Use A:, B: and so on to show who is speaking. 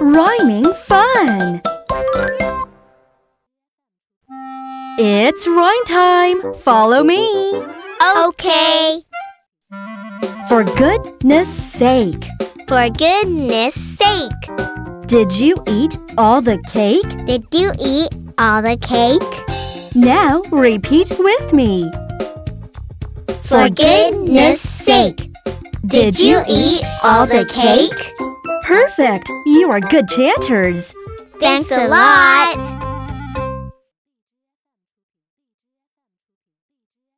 A: Rhyming fun! It's rhyme time! Follow me!
B: Okay.
A: For goodness sake,
B: For goodness sake,
A: did you eat all the cake?
B: did you eat all the cake?
A: Now repeat with me.
B: For goodness sake, did you eat all the cake?
A: Perfect! You are good chanters!
B: Thanks a lot.